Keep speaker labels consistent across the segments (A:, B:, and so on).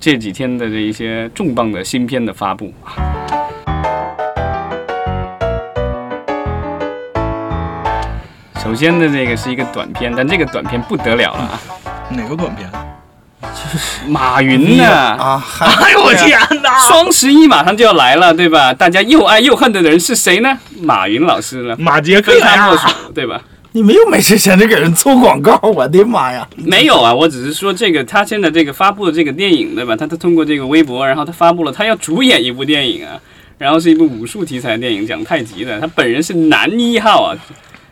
A: 这几天的这一些重磅的新片的发布。首先的这个是一个短片，但这个短片不得了了啊！
B: 哪个短片？
A: 马云呢？
B: 啊，
C: 哎
B: 嗨，
C: 呦我天哪！
A: 双十一马上就要来了，对吧？大家又爱又恨的人是谁呢？马云老师呢？
C: 马杰克
A: 非他
C: 呀
A: 莫，属，对吧？
B: 你们又没事闲着给人做广告，我的妈呀！
A: 没有啊，我只是说这个他现在这个发布的这个电影，对吧？他他通过这个微博，然后他发布了他要主演一部电影啊，然后是一部武术题材电影，讲太极的。他本人是男一号啊，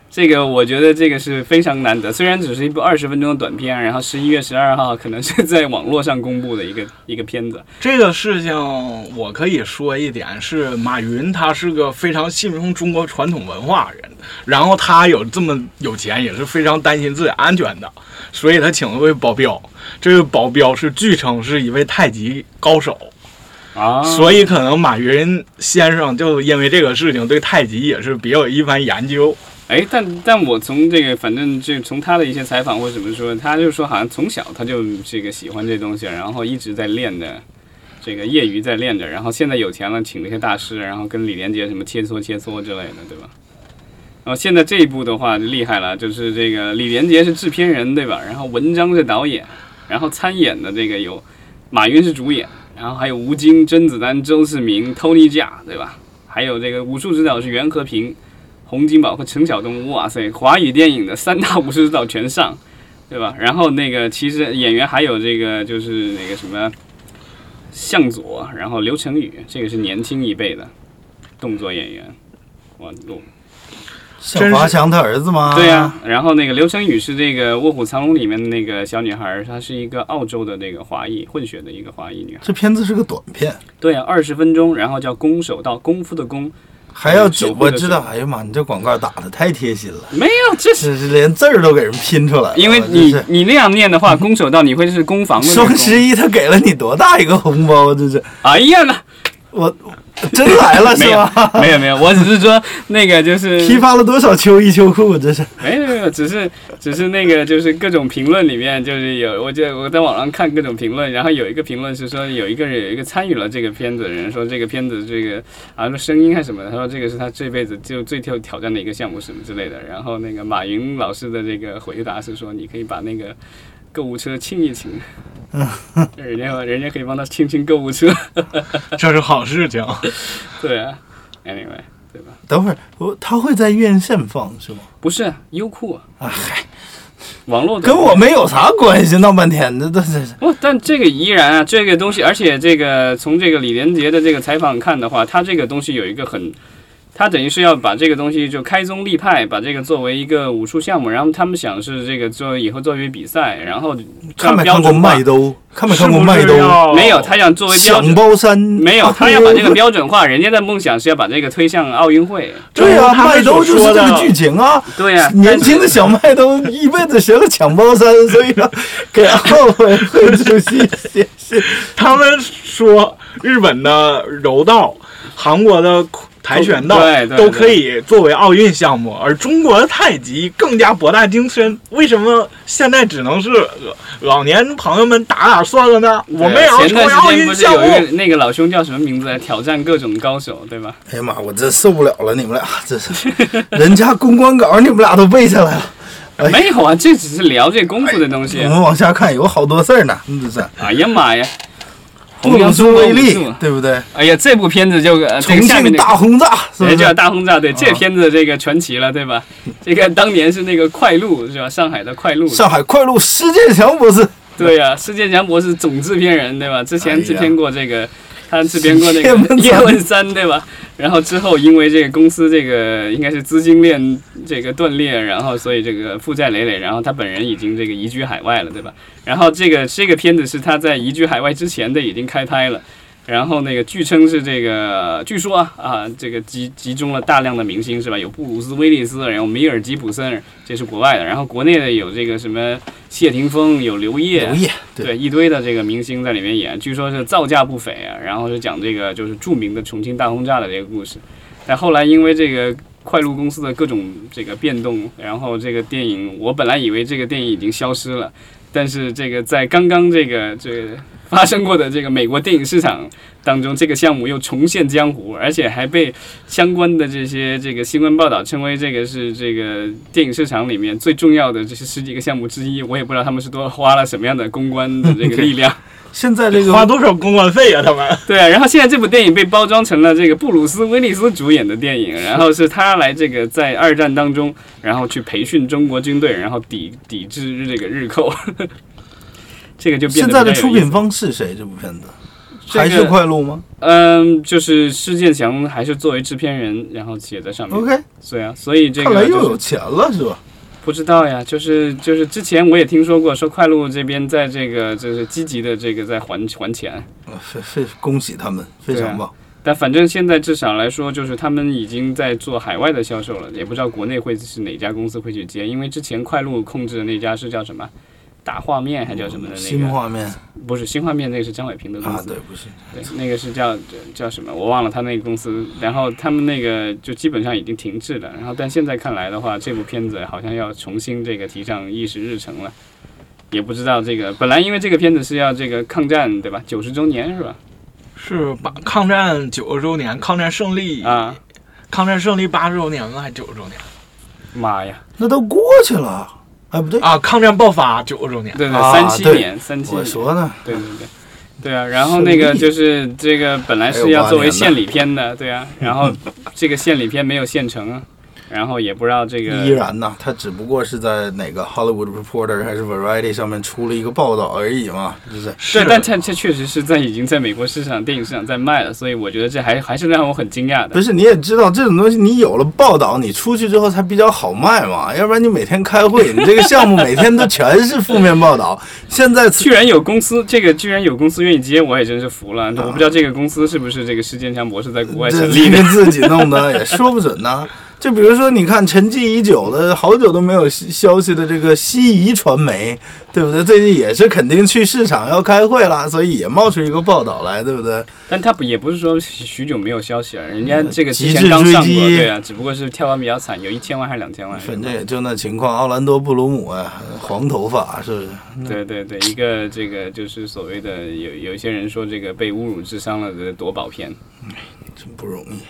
A: 这个我觉得这个是非常难得，虽然只是一部二十分钟的短片，然后十一月十二号可能是在网络上公布的一个一个片子。
C: 这个事情我可以说一点，是马云他是个非常信奉中国传统文化的人，然后他有这么有钱，也是非常担心自己安全的，所以他请了位保镖，这个保镖是据称是一位太极高手，
A: 啊，
C: 所以可能马云先生就因为这个事情对太极也是别有一番研究。
A: 哎，但但我从这个，反正就从他的一些采访或者怎么说，他就说好像从小他就这个喜欢这东西，然后一直在练的，这个业余在练着，然后现在有钱了，请这些大师，然后跟李连杰什么切磋切磋之类的，对吧？然后现在这一部的话就厉害了，就是这个李连杰是制片人，对吧？然后文章是导演，然后参演的这个有马云是主演，然后还有吴京、甄子丹、周世明、Tony 贾，对吧？还有这个武术指导是袁和平。洪金宝和陈晓东，哇塞，华语电影的三大武术指导全上，对吧？然后那个其实演员还有这个就是那个什么向佐，然后刘成宇，这个是年轻一辈的动作演员，哇，我
B: 小
C: 真是
B: 华强他儿子吗？
A: 对呀、啊然后那个刘成宇是这个《卧虎藏龙》里面的那个小女孩，她是一个澳洲的那个华裔混血的一个华裔女孩。
B: 这片子是个短片，
A: 对啊，二十分钟，然后叫攻守道，功夫的功，
B: 还要
A: 嗯手
B: 剪，
A: 绘
B: 我
A: 的
B: 知
A: 手
B: 道。哎呀妈，你这广告打的太贴心了，
A: 没有，这是
B: 这是连字儿都给人拼出来了。
A: 因为
B: 我真
A: 你
B: 是
A: 你那样念 的话，攻守道你会是攻防的那个攻。
B: 双十一他给了你多大一个红包啊？这是
A: 哎呀那。
B: 我真来了
A: 没
B: 是
A: 有
B: 吧？，
A: 没有，没有，我只是说那个就是
B: 批发了多少秋衣秋裤？这是
A: 没有，没有，只是只是那个就是各种评论里面就是有，我记得我在网上看各种评论，然后有一个评论是说有一个人有一个参与了这个片子的人说这个片子这个啊说声音还是什么的，他说这个是他这辈子就最挑挑战的一个项目什么之类的，然后那个马云老师的这个回答是说你可以把那个。购物车清一清，人家人家可以帮他清清购物车，
C: 这是好事情，
A: 对啊，anyway，对吧？
B: 等会儿我他会在院线放是吗？
A: 不是优酷啊，
B: 啊嗨，
A: 网络的
B: 跟我没有啥关系，闹半天的，这这这
A: 不，但这个依然啊，这个东西，而且这个从这个李连杰的这个采访看的话，他这个东西有一个很，他等于是要把这个东西就开宗立派，把这个作为一个武术项目，然后他们想是这个作为以后作为比赛，然后这
B: 看
A: 样
B: 没
A: 标
B: 看过
A: 准化
B: 麦兜？看没
C: 是
B: 看过
C: 不
B: 麦
C: 是
B: 兜？
C: 要
A: 没有，他想作为标
B: 响
A: 准。
B: 包山
A: 没有，他要把这个标准化。人家的梦想是要把这个推向奥运会。
B: 对
C: 正
B: 啊，
C: 如他
B: 麦
C: 们
B: 兜
C: 所
B: 就是这
C: 说的
B: 个剧情啊。
A: 对呀、
B: 年轻的小麦兜一辈子学了抢包山，所以说 给奥委会主席写信。
C: 他们说日本的柔道、韩国的跆拳道
A: 对对
C: 都可以作为奥运项目，而中国的太极更加博大精深。为什么现在只能是老年朋友们打打算了呢？我们也要
A: 前
C: 成
A: 段时
C: 为奥
A: 间
C: 运
A: 不是
C: 项
A: 有一
C: 目。
A: 个那个老兄叫什么名字来挑战各种高手，对吧？
B: 哎呀妈，我真受不了了，你们俩 这是人家公关稿，你们俩都背下来 了。哎
A: 没有啊，这只是聊这功夫的东西
B: 我。们往下看，有好多事儿呢，嗯这是
A: 哎呀妈呀！
B: 不
A: 弘扬
B: 辱
A: 中
B: 苏
A: 国
B: 威
A: 武
B: 力
A: 术，
B: 对不对？
A: 哎呀，这部片子就呃这
B: 重
A: 个下面
B: 庆
A: 那
B: 大
A: 个
B: 轰炸是不
A: 人家叫
B: 是？
A: 大轰炸，对，这
B: 啊
A: 片子这个传奇了，对吧？这个当年是那个快鹿是吧？上海的快鹿，
B: 上海快鹿施建强博士，
A: 对呀、施建强博士总制片人对吧？之前制片过这个，他制片过那
B: 叶问
A: 个
B: 三
A: 叶问三对吧？然后之后因为这个公司这个应该是资金链这个断裂，然后所以这个负债累累，然后他本人已经这个移居海外了对吧？然后这个这个片子是他在移居海外之前的已经开拍了。然后那个据称是这个，据说啊啊，这个集集中了大量的明星是吧？有布鲁斯威利斯，然后米尔吉普森，这是国外的，然后国内的有这个什么谢霆锋，有刘烨，
B: 刘烨，对，
A: 对一堆的这个明星在里面演，据说是造价不菲啊，然后是讲这个就是著名的重庆大轰炸的这个故事，但后来因为这个快鹿公司的各种这个变动，然后这个电影我本来以为这个电影已经消失了，但是这个在刚刚这个这个发生过的这个美国电影市场当中，这个项目又重现江湖，而且还被相关的这些这个新闻报道称为这个是这个电影市场里面最重要的这些十几个项目之一。我也不知道他们是多花了什么样的公关的这个力 量。
B: 现在这
C: 花
B: 个
C: 多少公关费啊？他们
A: 对，然后现在这部电影被包装成了这个布鲁斯·威利斯主演的电影，然后是他来这个在二战当中，然后去培训中国军队，然后抵抵制这个日 寇，这个就变
B: 现
A: 得
B: 在的
A: 比较
B: 出
A: 有意
B: 品
A: 思
B: 方是谁？这部片子
A: 这个
B: 还是快鹿吗
A: 嗯，就是施建祥还是作为制片人，然后写在上面。
B: ？OK，
A: 对啊，所以这
B: 看来
A: 个、
B: 又
A: 就
B: 有
A: 是、
B: 钱了是吧？
A: 不知道呀，就是就是之前我也听说过，说快鹿这边在这个就是积极的这个在还还钱，
B: 呃非非恭喜他们，非
A: 对啊
B: 常棒。
A: 但反正现在至少来说，就是他们已经在做海外的销售了，也不知道国内会是哪家公司会去接，因为之前快鹿控制的那家是叫什么？打画面还叫什么的那
B: 新
A: 个？
B: 画面
A: 不是新画面，那个是张伟平的公
B: 啊，
A: 司。
B: 对，不是
A: 对，那个是叫叫什么？我忘了他那个公司。然后他们那个就基本上已经停滞了。然后但现在看来的话，这部片子好像要重新这个提上议事日程了。也不知道这个本来因为这个片子是要这个抗战对吧？九十周年是吧？
C: 是把抗战九十周年、抗战胜
B: 嗯
C: 利、
A: 啊，
C: 抗战胜利八十周年了，还九十周年
A: 妈呀！
B: 那都过去了，哎不对，
C: 啊？抗战爆发九十周年，
A: 对对，
B: 啊
A: 三七
B: 对
A: 年，三七
B: 我
A: 年，
B: 说呢，
A: 对对对。对啊，然后那个就是这个本来是要作为献礼片的，对啊，然后这个献礼片没有献成啊，然后也不知道这个
B: 依然呢，他只不过是在哪个 Hollywood Reporter 还是 Variety 上面出了一个报道而已嘛，就是
A: 对
C: 是，
A: 但这这确实是在已经在美国市场电影市场在卖了，所以我觉得这还还是让我很惊讶的
B: 不。是，你也知道这种东西，你有了报道，你出去之后才比较好卖嘛，要不然你每天开会，你这个项目每天都全是负面报道。 现在
A: 居然有公司，这个居然有公司愿意接，我也真是服了。我不知道这个公司是不是这个施建强博士在国外
B: 啊这
A: 成立的。
B: 自己弄的也说不准呢。就比如说，你看沉寂已久的、好久都没有消消息的这个西怡传媒，对不对？最近也是肯定去市场要开会了，所以也冒出一个报道来，对不对？
A: 但他不也不是说许久没有消息了，人家这个之
B: 呃极
A: 前
B: 致
A: 刚
B: 追
A: 上过，
B: 击
A: 对啊，只不过是跳完比较惨，有一千万还是两千万。
B: 反正也就那情况。奥兰多·布鲁姆啊，黄头发是不是？
A: 对对对，一个这个就是所谓的有有一些人说这个被侮辱智商了的夺宝片，
B: 真不容易。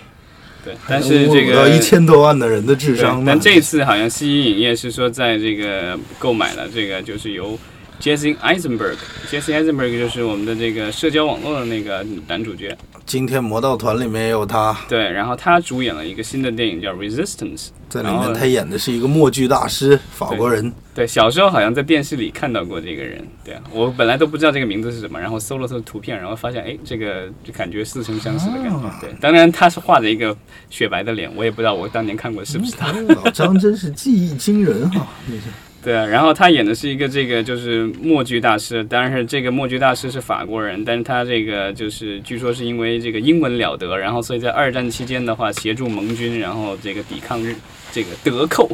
A: 对，但是这
B: 侮辱到
A: 个
B: 一千多万的人的智
A: 对
B: 商呢，
A: 但这一次好像西医影业是说在这个购买了这个，就是由 Jesse Eisenberg，Jesse Eisenberg 就是我们的这个社交网络的那个男主角，
B: 今天魔盗团里面也有他，
A: 对，然后他主演了一个新的电影叫 Resistance，
B: 在里
A: 然后
B: 面
A: 呢
B: 他演的是一个默剧大师，法国人。
A: 对，小时候好像在电视里看到过这个人，对啊我本来都不知道这个名字是什么，然后搜了搜图片，然后发现哎，这个就感觉似曾相识的感觉，对，当然他是画着一个雪白的脸，我也不知道我当年看过是不是他。
B: 老张真是技艺惊人哈、你这
A: 对啊，然后他演的是一个这个就是默剧大师，但是这个默剧大师是法国人，但是他这个就是据说是因为这个英文了得，然后所以在二战期间的话协助盟军，然后这个抵抗日这个德寇，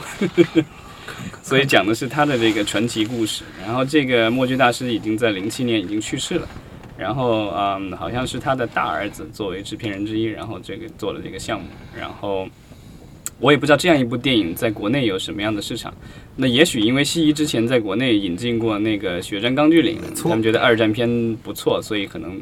A: 所以讲的是他的这个传奇故事。然后这个默剧大师已经在零七年已经去世了，然后嗯，好像是他的大儿子作为制片人之一，然后这个做了这个项目，然后我也不知道这样一部电影在国内有什么样的市场。那也许因为西医之前在国内引进过那个《血战钢锯岭》，
B: 错
A: 他们觉得二战片不错，所以可能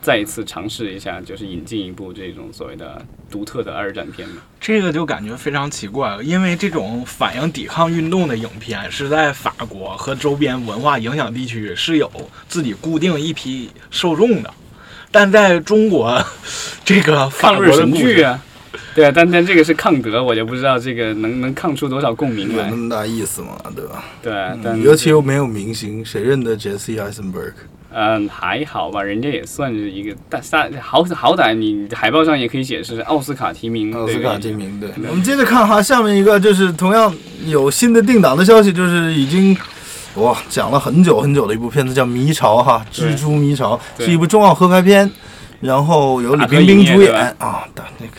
A: 再一次尝试一下，就是引进一部这种所谓的独特的二战片嘛。
C: 这个就感觉非常奇怪，因为这种反映抵抗运动的影片是在法国和周边文化影响地区是有自己固定一批受众的，但在中国，这个法
A: 抗
C: 国
A: 日
C: 的
A: 神
C: 故
A: 剧
C: 事，
A: 啊，对啊，但但这个是抗德，我就不知道这个能能抗出多少共鸣
B: 有
A: 来
B: 那。么大意思吗？对吧？
A: 对啊，但
B: 尤其又没嗯有明星，谁认得 Jesse Eisenberg？
A: 嗯还好吧，人家也算是一个大大好好歹你海报上也可以写是奥斯卡提名，
B: 奥斯卡
A: 对
B: 提名。对
A: 嗯对，
B: 我们接着看哈，下面一个就是同样有新的定档的消息，就是已经。哇，讲了很久很久的一部片子叫《迷巢》哈，《
A: 对
B: 蜘蛛迷巢》
A: 对
B: 是一部重要合拍片，然后由李
A: 大河
B: 冰冰
A: 影业
B: 主
A: 对
B: 演
A: 吧
B: 啊，大那个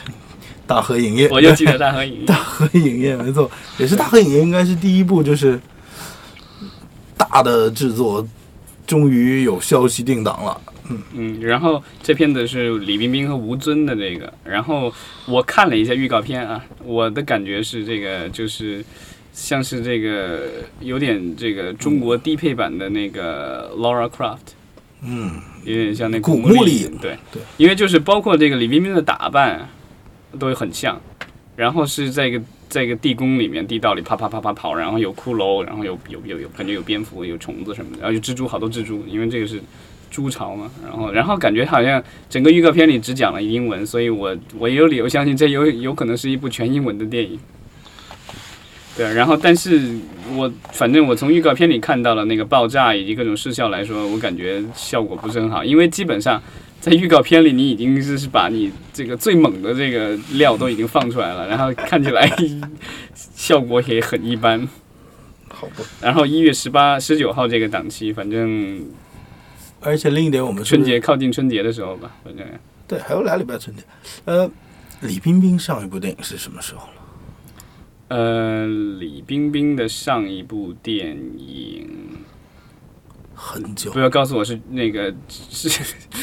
B: 大河影业，
A: 我就记得大合影
B: 大河影业没错，也是大河影业应该是第一部就是大的制作，终于有消息定档了。
A: 嗯，然后这片子是李冰冰和吴尊的这个，然后我看了一下预告片啊，我的感觉是这个就是像是这个有点这个中国低配版的那个 Laura Croft，
B: 嗯，
A: 有点像那
B: 古
A: 墓
B: 墓
A: 丽
B: 丽
A: 影，对
B: 对，
A: 因为就是包括这个李冰冰的打扮都很像，然后是在一个在一个地宫里面地道里啪啪啪啪跑，然后有骷髅，然后有有有有感觉有蝙蝠、有虫子什么的，然后有蜘蛛，好多蜘蛛，因为这个是猪巢嘛，然后然后感觉好像整个预告片里只讲了英文，所以我我也有理由相信这有有可能是一部全英文的电影。对，然后但是我反正我从预告片里看到了那个爆炸以及各种视效来说，我感觉效果不是很好，因为基本上在预告片里你已经是是把你这个最猛的这个料都已经放出来了，然后看起来效果也很一般。
B: 好吧。
A: 然后一月十八、十九号这个档期，反正
B: 而且另一点，我们是
A: 春节靠近春节的时候吧，反正
B: 对还有俩礼拜春节，呃，李冰冰上一部电影是什么时候了？
A: 呃，李冰冰的上一部电影，
B: 很久
A: 不，要告诉我是那个是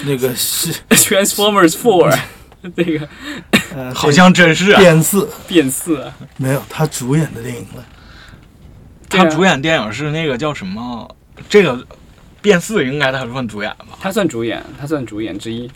B: 那 个是
A: Transformers Four 那个
B: 呃
C: 好像真是啊。
B: 变四
A: 变色啊，
B: 没有他主演的电影了。
A: 对啊
C: 他主演电影是那个叫什么？这个变四应该他算主演吧，
A: 他算主演，他算主演之一。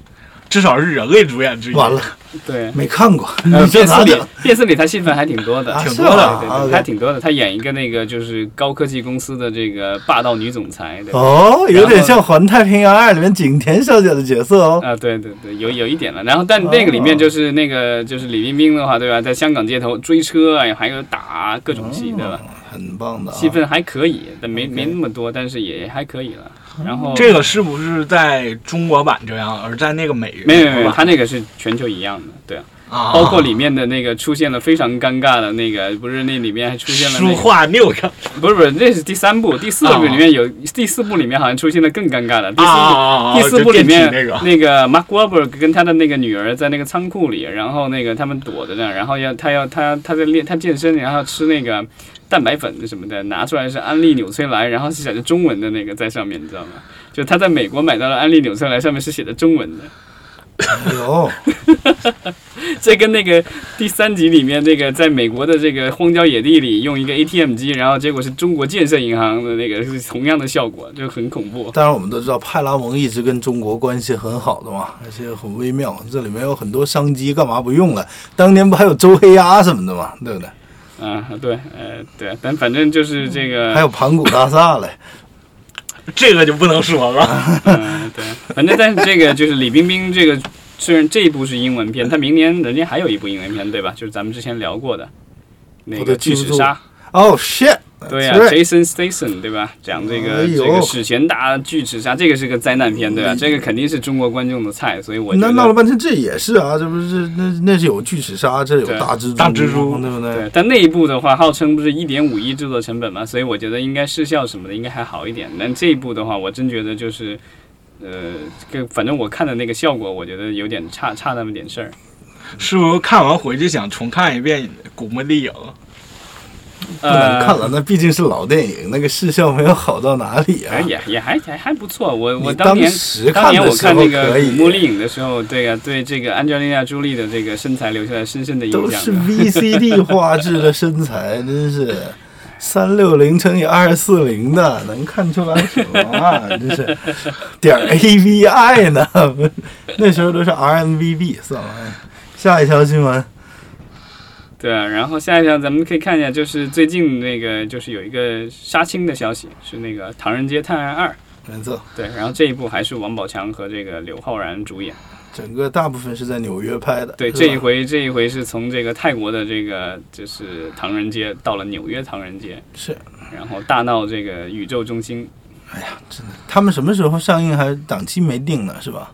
C: 至少是人类主演之一。
B: 完了，
A: 对，
B: 没看过，你
A: 呃，
B: 这
A: 变
B: 咋
A: 色里
B: 整？
A: 变色里他戏份还挺多的，
B: 啊
C: 挺
B: 是
C: 多的
B: 吧
A: 对
B: 啊
A: 对，对，还挺多的。他演一个那个就是高科技公司的这个霸道女总裁，对吧？
B: 哦，有
A: 然
B: 点
A: 后
B: 像《环太平洋二》里面景甜小姐的角色哦。
A: 啊，对对对，有有一点了。然后，但那个里面就是那个就是李冰冰的话，对吧？在香港街头追车啊，还有打各种
B: 哦
A: 戏，对吧？
B: 很棒的、啊，
A: 戏份还可以，但没没那么多，但是也还可以了。
C: 啊
A: 然后
C: 这个是不是在中国版这样，而在那个美
A: 没有没有没有，
C: 版
A: 他那个是全球一样的，对啊，
C: 啊，
A: 包括里面的那个出现了非常尴尬的那个，不是那里面还出现了那
C: 书
A: 个
C: 画六个
A: 不是不是，这是第三部，第四部
C: 哦
A: 里面有、第四部里面好像出现了更尴尬的，第四部、
C: 啊
A: 第四部里面
C: 那个
A: 那个 Mark Wahlberg 跟他的那个女儿在那个仓库里，然后那个他们躲着呢，然后要他要他他在练他健身，然后吃那个蛋白粉什么的，拿出来是安利纽崔莱，然后是写着中文的那个在上面，你知道吗？就他在美国买到了安利纽崔莱，上面是写的中文的，
B: 有
A: 这跟那个第三集里面那个在美国的这个荒郊野地里用一个 ATM 机，然后结果是中国建设银行的那个是同样的效果，就很恐怖。
B: 当然，我们都知道派拉蒙一直跟中国关系很好的嘛，而且很微妙，这里面有很多商机，干嘛不用了？当年不还有周黑鸭什么的嘛，对不对？
A: 啊，对，呃，对，但反正就是这个，
B: 还有盘古大厦嘞，
C: 这个就不能说 了。
A: 嗯，对，反正但是这个就是李冰冰这个，虽然这一部是英文片，但明年人家还有一部英文片，对吧？就是咱们之前聊过的那
B: 我都
A: 个
B: 记
A: 巨
B: 不
A: 齿
B: 住
A: 鲨，
B: 哦、shit，
A: 对呀、
B: that's right
A: ，Jason Statham 对吧？讲这个、
B: 哎呦哎
A: 这个史前大巨齿鲨，这个是个灾难片，对吧？这个肯定是中国观众的菜，所以我觉
B: 那
A: 得
B: 闹了半天，这也是啊，这不是那那是有巨齿鲨，这有
A: 对
B: 大蜘蛛，
C: 大蜘蛛
B: 对不对？
A: 对，但那一部的话，号称不是一点五亿制作成本嘛，所以我觉得应该视效什么的应该还好一点。但这一部的话，我真觉得就是，呃，跟反正我看的那个效果，我觉得有点差差那么点事儿。
C: 是不是看完回去想重看一遍《古墓丽影》？
B: 不能看
A: 呃，
B: 了，那毕竟是老电影，那个视效没有好到哪里啊
A: 哎。也也还还还不错。我我
B: 你
A: 当年
B: 时
A: 当
B: 看
A: 年
B: 的
A: 我
B: 时
A: 看
B: 候
A: 那个《
B: 可
A: 古
B: 以，
A: 墓丽影》的时候，对呀、对这个安吉丽娜·朱莉的这个身材留下了深深的印
B: 都
A: 象
B: 是
A: 的。
B: VCD 画质的身材，真是三六零乘以二四零的，能看出来什么啊？真是 点儿 AVI 呢， 那时候都是 RMVB，算了。哎下一条新闻，
A: 对啊，然后下一条咱们可以看一下，就是最近那个就是有一个杀青的消息，是那个《唐人街探案二》。
B: 没错，
A: 对，然后这一部还是王宝强和这个刘昊然主演。
B: 整个大部分是在纽约拍的。
A: 对，
B: 是
A: 这一
B: 吧
A: 回这一回是从这个泰国的这个就是唐人街到了纽约唐人街，
B: 是
A: 然后大闹这个宇宙中心。
B: 他们什么时候上映还档期没定呢，是吧？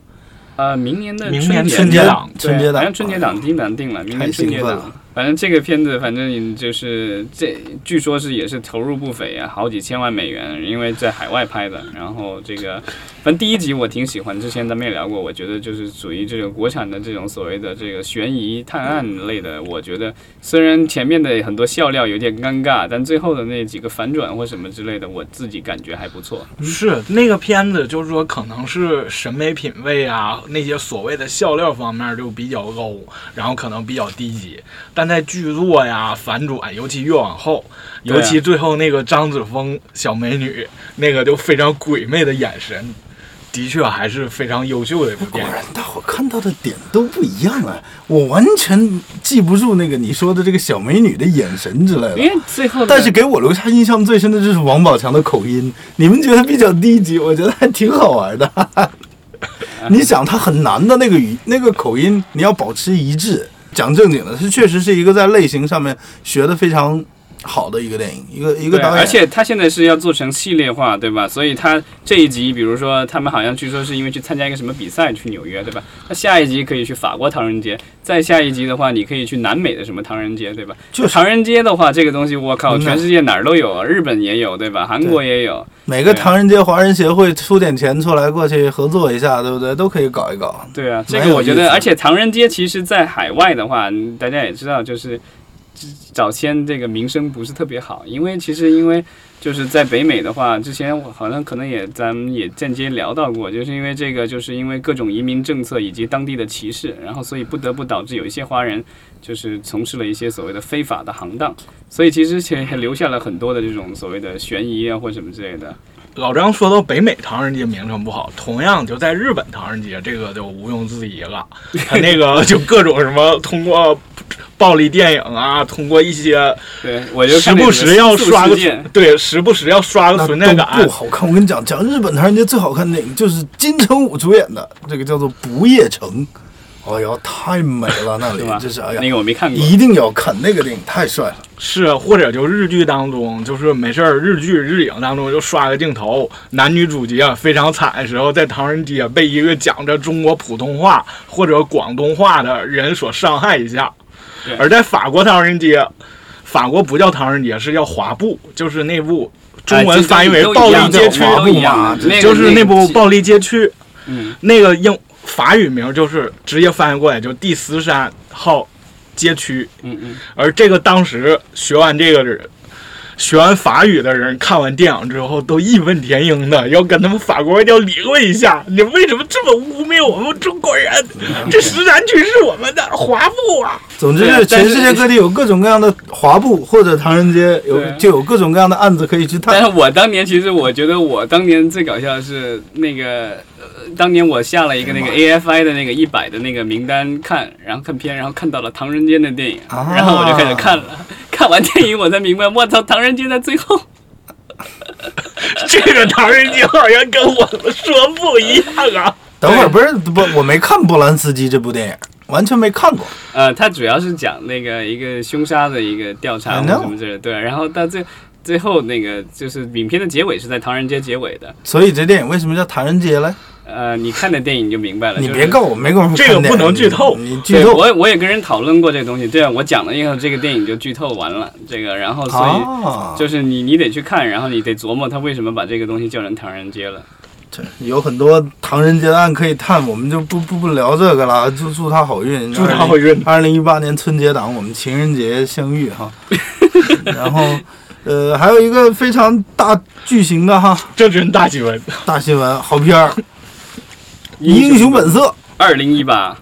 A: 呃，明年的
C: 明
A: 春
C: 年
A: 节
C: 春节
A: 档，
C: 档
A: 对
B: 春节档
A: 反正春节档基本上定了，明年
B: 太兴
A: 春节档
B: 奋了。
A: 反正这个片子，反正就是这，据说是也是投入不菲啊，好几千万美元，因为在海外拍的。然后这个，反正第一集我挺喜欢，之前咱们也聊过，我觉得就是属于这种国产的这种所谓的这个悬疑探案类的，我觉得虽然前面的很多笑料有点尴尬，但最后的那几个反转或什么之类的，我自己感觉还不错。
C: 是那个片子，就是说可能是审美品味啊，那些所谓的笑料方面就比较 low，然后可能比较低级。但在剧作呀、反转，尤其越往后，
A: 对啊
C: 尤其最后那个张子枫小美女那个就非常鬼魅的眼神，的确还是非常优秀的一部
B: 果
C: 电影
B: 然。，大伙看到的点都不一样啊！我完全记不住那个你说的这个小美女的眼神之类
A: 因
B: 的。
A: 为最后的，
B: 但是给我留下印象最深的就是王宝强的口音，你们觉得比较低级，我觉得还挺好玩的。 哈哈你想他很难的那个语那个口音，你要保持一致。讲正经的，是确实是一个在类型上面学的非常好的一个电影，一个一个
A: 对，
B: 导演。
A: 而且他现在是要做成系列化，对吧？所以他这一集，比如说他们好像据说是因为去参加一个什么比赛去纽约，对吧？那下一集可以去法国唐人街，再下一集的话，你可以去南美的什么唐人街，对吧？
B: 就是
A: 唐人街的话，这个东西我靠，
B: 嗯呐
A: 全世界哪儿都有，日本也有，对吧？韩国也有，
B: 每个
A: 对啊
B: 唐人街华人协会出点钱出来过去合作一下，对不对？都可以搞一搞。
A: 对啊，这
B: 蛮
A: 个
B: 有
A: 我觉
B: 意思
A: 得，
B: 的
A: 而且唐人街其实，在海外的话，嗯大家也知道，就是之早先这个名声不是特别好，因为其实因为就是在北美的话，之前我好像可能也咱们也间接聊到过，就是因为这个，就是因为各种移民政策以及当地的歧视，然后所以不得不导致有一些华人就是从事了一些所谓的非法的行当，所以其实其实留下了很多的这种所谓的悬疑啊或什么之类的。
C: 老张说到北美唐人街名声不好，同样就在日本唐人街，这个就毋庸置疑了。他那 个就各种什么通过暴力电影啊，通过一些
A: 对，我就
C: 时
A: 看那
C: 不
A: 个
C: 时要
A: 速
C: 刷
A: 事
C: 个
A: 件
C: 对，时不时要刷个
B: 那
C: 存在
B: 都
C: 感
B: 不。好看。我跟你讲，讲日本唐人街最好看的电影就是金城武主演的，这个叫做《不夜城》。哎呀，太美了，那里
A: 是吧？
B: 就是哎
A: 那
B: 呀，
A: 个我没看过。
B: 一定要看那个电影，太帅了。
C: 是，或者就日剧当中，就是没事儿日剧日影当中就刷个镜头，男女主角非常惨的时候，在唐人街被一个讲着中国普通话或者广东话的人所伤害一下
A: 对。
C: 而在法国唐人街，法国不叫唐人街，是叫华布，就是那部中
A: 哎
C: 文翻译为
A: 都一
C: 暴
A: 样
C: 力街区，
A: 都一
B: 嘛
A: 样，个
C: 就是那部暴力街区。
A: 嗯，
C: 那个英法语名就是直接翻译过来就第十三号街区，
A: 嗯嗯，
C: 而这个当时学完这个的人，学完法语的人看完电影之后都义愤填膺的，要跟他们法国人要理论一下，你为什么这么污蔑我们中国人？这十三区是我们的华埠啊！
B: 总之
A: 对啊
B: 是全
A: 但是
B: 世界各地有各种各样的华埠或者唐人街，有
A: 对啊
B: 就有各种各样的案子可以去
A: 但
B: 探
A: 是。我当年其实我觉得我当年最搞笑的是那个，呃当年我下了一个那个 AFI 的那个一百的那个名单看，然后看片，然后看到了唐人街的电影，
B: 啊
A: 然后我就开始看了。看完电影，我才明白，我操，唐人街在最后。
C: 这个唐人街好像跟我们说不一样啊！
B: 等会儿不是不，我没看《波兰斯基》这部电影，完全没看过。
A: 呃，它主要是讲那个一个凶杀的一个调查
B: I
A: 或
B: know
A: 什么之类的，对。然后到最最后那个就是影片的结尾是在唐人街结尾的，
B: 所以这电影为什么叫唐人街嘞？
A: 呃，你看的电影你就明白了。
B: 你
A: 呃就
B: 别
A: 是
B: 告我没工夫看
C: 这个
B: 电影
C: 不能剧透
B: 你你剧
A: 对，
B: 透
A: 我也我也跟人讨论过这个东西，对啊，我讲了以后，这个电影就剧透完了，这个，然后所以
B: 啊！
A: 就是你你得去看，然后你得琢磨他为什么把这个东西叫成唐人街了。
B: 这有很多唐人街的案可以探，我们就不不不聊这个了。祝祝他好运，
C: 祝他好运
B: 二零一八年春节档，我们情人节相遇哈。 然后，呃，还有一个非常大巨型的哈
C: 这真大新闻！
B: 大新闻，好片儿《
A: 英
B: 英雄本色》
A: 二零一八，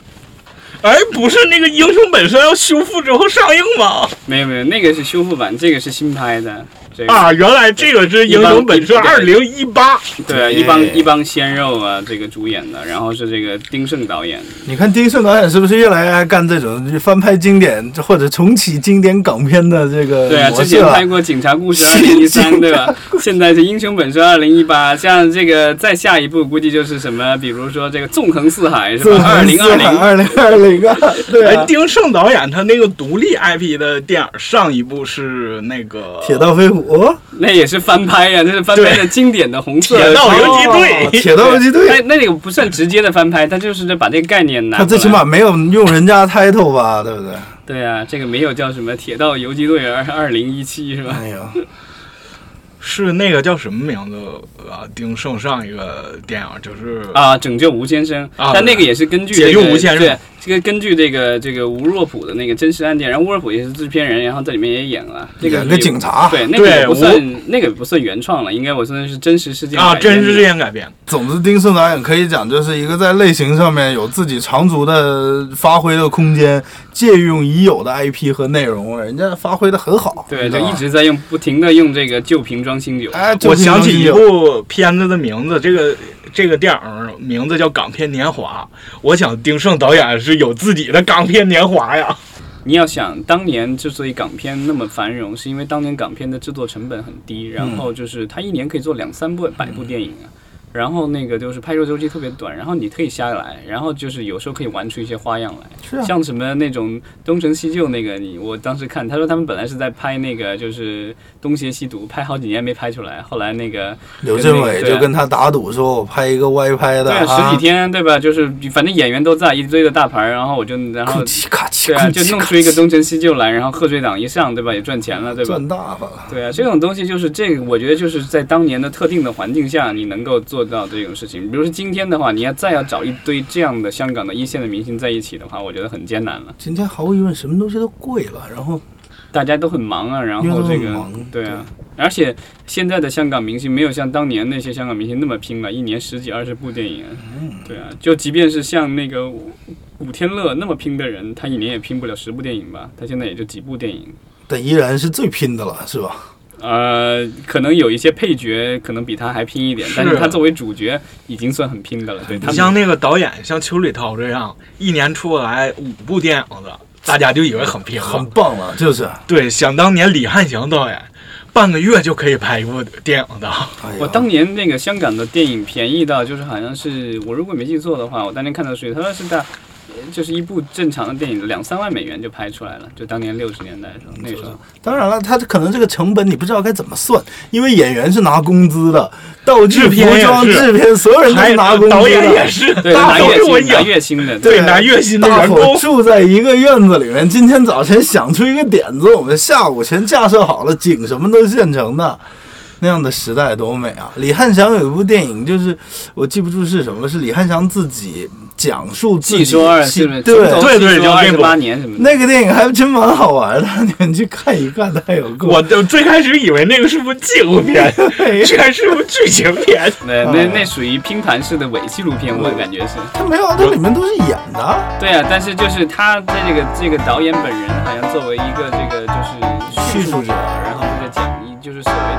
C: 哎，不是那个《英雄本色》要修复之后上映吗？
A: 没有没有，那个是修复版，这个是新拍的。这个、
C: 啊，原来这个是《英雄本色》二零一八，
A: 对啊，
B: 对
A: 一帮一帮鲜肉啊，这个主演的，然后是这个丁晟导演的。
B: 你看丁晟导演是不是越来越爱干这种翻拍经典或者重启经典港片的这个
A: 对啊，
B: 模
A: 之
B: 式
A: 前
B: 了？
A: 拍过《警察故 事二零一三》，对吧？现在是《英雄本色》二零一八，像这个再下一步估计就是什么，比如说这个《纵横四海》是吧？二零二零
B: 二零二零啊，对
C: 哎，
B: 啊，
C: 丁晟导演他那个独立 IP 的电影，上一部是那个
B: 铁道飞虎，哦
A: 那也是翻拍呀、这是翻拍的经典的红色啊
C: 铁道游击
B: 哦
C: 队，
B: 铁道游击队，
A: 那那个不算直接的翻拍，它就是把这个概念拿
B: 他
A: 过
B: 最
A: 来。
B: 起码没有用人家 title 吧， 对不对？
A: 对啊，这个没有叫什么《铁道游击队二二零一七》是吧？
B: 哎呀，
C: 是那个叫什么名字啊？丁晟上一个电影就是
A: 啊，拯救吴先生，
C: 啊
A: 但那个也是根据、
C: 解
A: 这
C: 救
A: 个、
C: 吴先生
A: 对，这个根据这个这个吴若甫的那个真实案件，然后吴若甫也是制片人，然后在里面也演了这个
B: 演个
A: 也
B: 警察，
A: 对，那个也
C: 对
A: 不算那个也不算原创了，应该我算是真实事件
C: 啊，
A: 改编
C: 真是
A: 的
C: 这样改编。
B: 总之，丁晟导演可以讲，就是一个在类型上面有自己长足的发挥的空间，借用已有的 IP 和内容，人家发挥的很好。
A: 对，
B: 你
A: 就
B: 知道吧
A: 一直在用，不停的用这个旧瓶装新酒。
B: 哎，
C: 我想起一
B: 部
C: 部片子的名字，这个这个电影儿名字叫《港片年华》。我想丁晟导演是有自己的港片年华呀。
A: 你要想，当年之所以港片那么繁荣，是因为当年港片的制作成本很低，然
B: 嗯
A: 后就是它一年可以做两三部、百部电影啊。然后那个就是拍摄周期特别短，然后你可以下来，然后就是有时候可以玩出一些花样来，
B: 是啊
A: 像什么那种东成西就那个，你我当时看，他说他们本来是在拍那个就是东邪西毒，拍好几年没拍出来，后来那个
B: 刘镇伟
A: 对啊
B: 就跟他打赌说，我拍一个歪拍的
A: 对、啊、
B: 啊，
A: 十几天对吧？就是反正演员都在一堆的大牌儿，然后我就然后
B: 库奇卡奇
A: 对啊，
B: 库
A: 就
B: 奇
A: 弄
B: 卡
A: 出一个东成西就来，然后贺岁档一上，对吧？也赚钱了，对吧？
B: 赚大发了。
A: 对啊，这种东西就是这个，我觉得就是在当年的特定的环境下，你能够做到这种事情。比如说今天的话，你要再要找一堆这样的香港的一线的明星在一起的话，我觉得很艰难了。
B: 今天毫无疑问，什么东西都贵了，然后
A: 大家都很忙啊，然
B: 因为
A: 后
B: 都
A: 这
B: 很
A: 个
B: 忙
A: 对啊，而且现在的香港明星没有像当年那些香港明星那么拼了，一年十几二十部电影啊。
B: 嗯
A: 对啊，就即便是像那个古天乐那么拼的人，他一年也拼不了十部电影吧？他现在也就几部电影。
B: 但依然是最拼的了，是吧？
A: 呃，可能有一些配角可能比他还拼一点，
C: 是啊嗯
A: 但是他作为主角已经算很拼的了。对他
C: 你像那个导演，像邱礼涛这样，一年出来五部电影的，大家就以为很平衡
B: 很。棒了，就是。哎
C: 对，想当年李翰祥导演，半个月就可以拍一部电影的。
B: 哎呀
A: 我当年那个香港的电影便宜到就是好像是我如果没记错的话，我当年看到是他说是大，呃就是一部正常的电影两三万美元就拍出来了，就当年六十年代的时候那时候。
C: 啊
B: 当然了，他可能这个成本你不知道该怎么算，因为演员是拿工资的，道具、
C: 制
B: 服
C: 片也
B: 装、
C: 是
B: 制片，所有人都
C: 还
B: 是拿工资的。
C: 导演也是，
A: 对，
C: 大
A: 拿
C: 导
A: 月
C: 演我
A: 薪拿
C: 演，
A: 月薪的，
C: 对拿月薪的
B: 大
C: 员
B: 伙
C: 工。
B: 住在一个院子里面，今天早晨想出一个点子，我们下午全架设好了，景什么都是现成的。那样的时代多美啊！李汉祥有一部电影，就是我记不住是什么了，是李汉祥自己讲述自己
A: 细说二是不是？
B: 对
A: 从头
C: 对对
A: 细说二
C: 就
A: 十
C: 那部
A: 八年什么的。
B: 那个电影还真蛮好玩的，你们去看一看，太有够。
C: 我就最开始以为那个是部纪录 片，居然是部剧情片。
A: 那那
C: 啊
A: 那属于拼盘式的伪纪录片，我感觉是。
B: 他没有啊，他里面都是演的啊。
A: 对啊，但是就是他在这个这个导演本人好像作为一个这个就是
B: 叙述者
A: 然后在讲一就是所谓的